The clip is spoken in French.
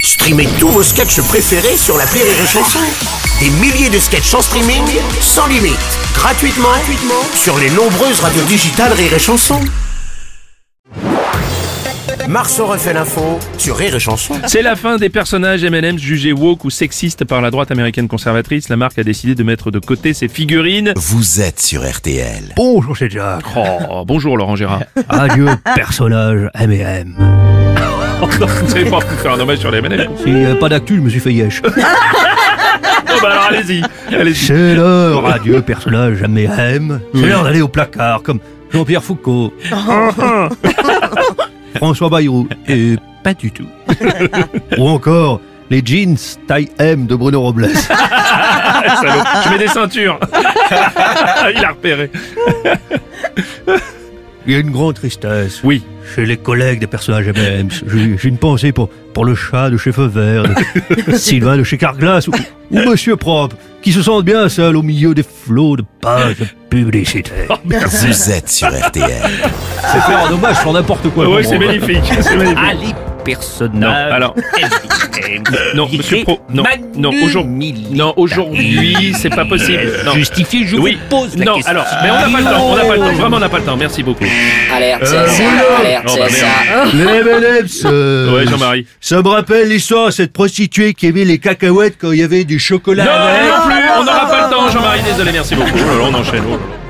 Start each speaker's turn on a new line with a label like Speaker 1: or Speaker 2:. Speaker 1: Streamez tous vos sketchs préférés sur la Rire et Chanson. Des milliers de sketchs en streaming, sans limite, gratuitement, gratuitement sur les nombreuses radios digitales Rire et Chanson. Marceau refait l'info sur Rire et Chanson.
Speaker 2: C'est la fin des personnages M&M's jugés woke ou sexistes par la droite américaine conservatrice. La marque a décidé de mettre de côté ses figurines.
Speaker 3: Vous êtes sur RTL.
Speaker 4: Bonjour, c'est Jack.
Speaker 2: Oh, bonjour Laurent Gérard.
Speaker 4: Adieu, personnage M&M.
Speaker 2: Oh, non, vous avez pas pu faire un hommage sur les M&M's.
Speaker 4: S'il n'y avait pas d'actu, je me suis fait yesh.
Speaker 2: Oh, bah alors allez-y. Allez-y.
Speaker 4: C'est l'heure, adieu, personnage M&M. C'est l'heure d'aller au placard, comme Jean-Pierre Foucault. François Bayrou. Et pas du tout. Ou encore, les jeans taille M de Bruno Robles.
Speaker 2: Ah, salaud. Je mets des ceintures. Il a repéré.
Speaker 4: Il y a une grande tristesse.
Speaker 2: Oui.
Speaker 4: Chez les collègues des personnages M&M. J'ai j'ai une pensée pour, pour le chat de chez Feu Vert, de Sylvain de chez Carglass ou, ou Monsieur Propre, qui se sentent bien seuls au milieu des flots de pages publicitaires.
Speaker 3: Vous êtes sur RTL.
Speaker 4: C'est faire un hommage sur n'importe quoi.
Speaker 2: Oui,
Speaker 4: vraiment.
Speaker 2: c'est magnifique. C'est
Speaker 5: Ah,
Speaker 2: magnifique. Non, alors. Non, monsieur Pro. Non, non, aujourd'hui. Non, aujourd'hui, c'est pas possible. Non.
Speaker 5: Justifié, je
Speaker 2: Oui.
Speaker 5: vous pose la
Speaker 2: non,
Speaker 5: question.
Speaker 2: alors, mais on n'a pas le temps, on n'a pas le temps, vraiment on n'a pas le temps, merci beaucoup.
Speaker 6: Alerte, c'est ça, alerte,
Speaker 2: Non, bah,
Speaker 6: c'est ça.
Speaker 4: Les M&M's, euh,
Speaker 2: Ouais, Jean-Marie.
Speaker 4: Ça me rappelle l'histoire de cette prostituée qui aimait les cacahuètes quand il y avait du chocolat
Speaker 2: Non,
Speaker 4: avec.
Speaker 2: non plus, on n'aura pas le temps, Jean-Marie, désolé, merci beaucoup. Oh là là, on enchaîne. oh là là.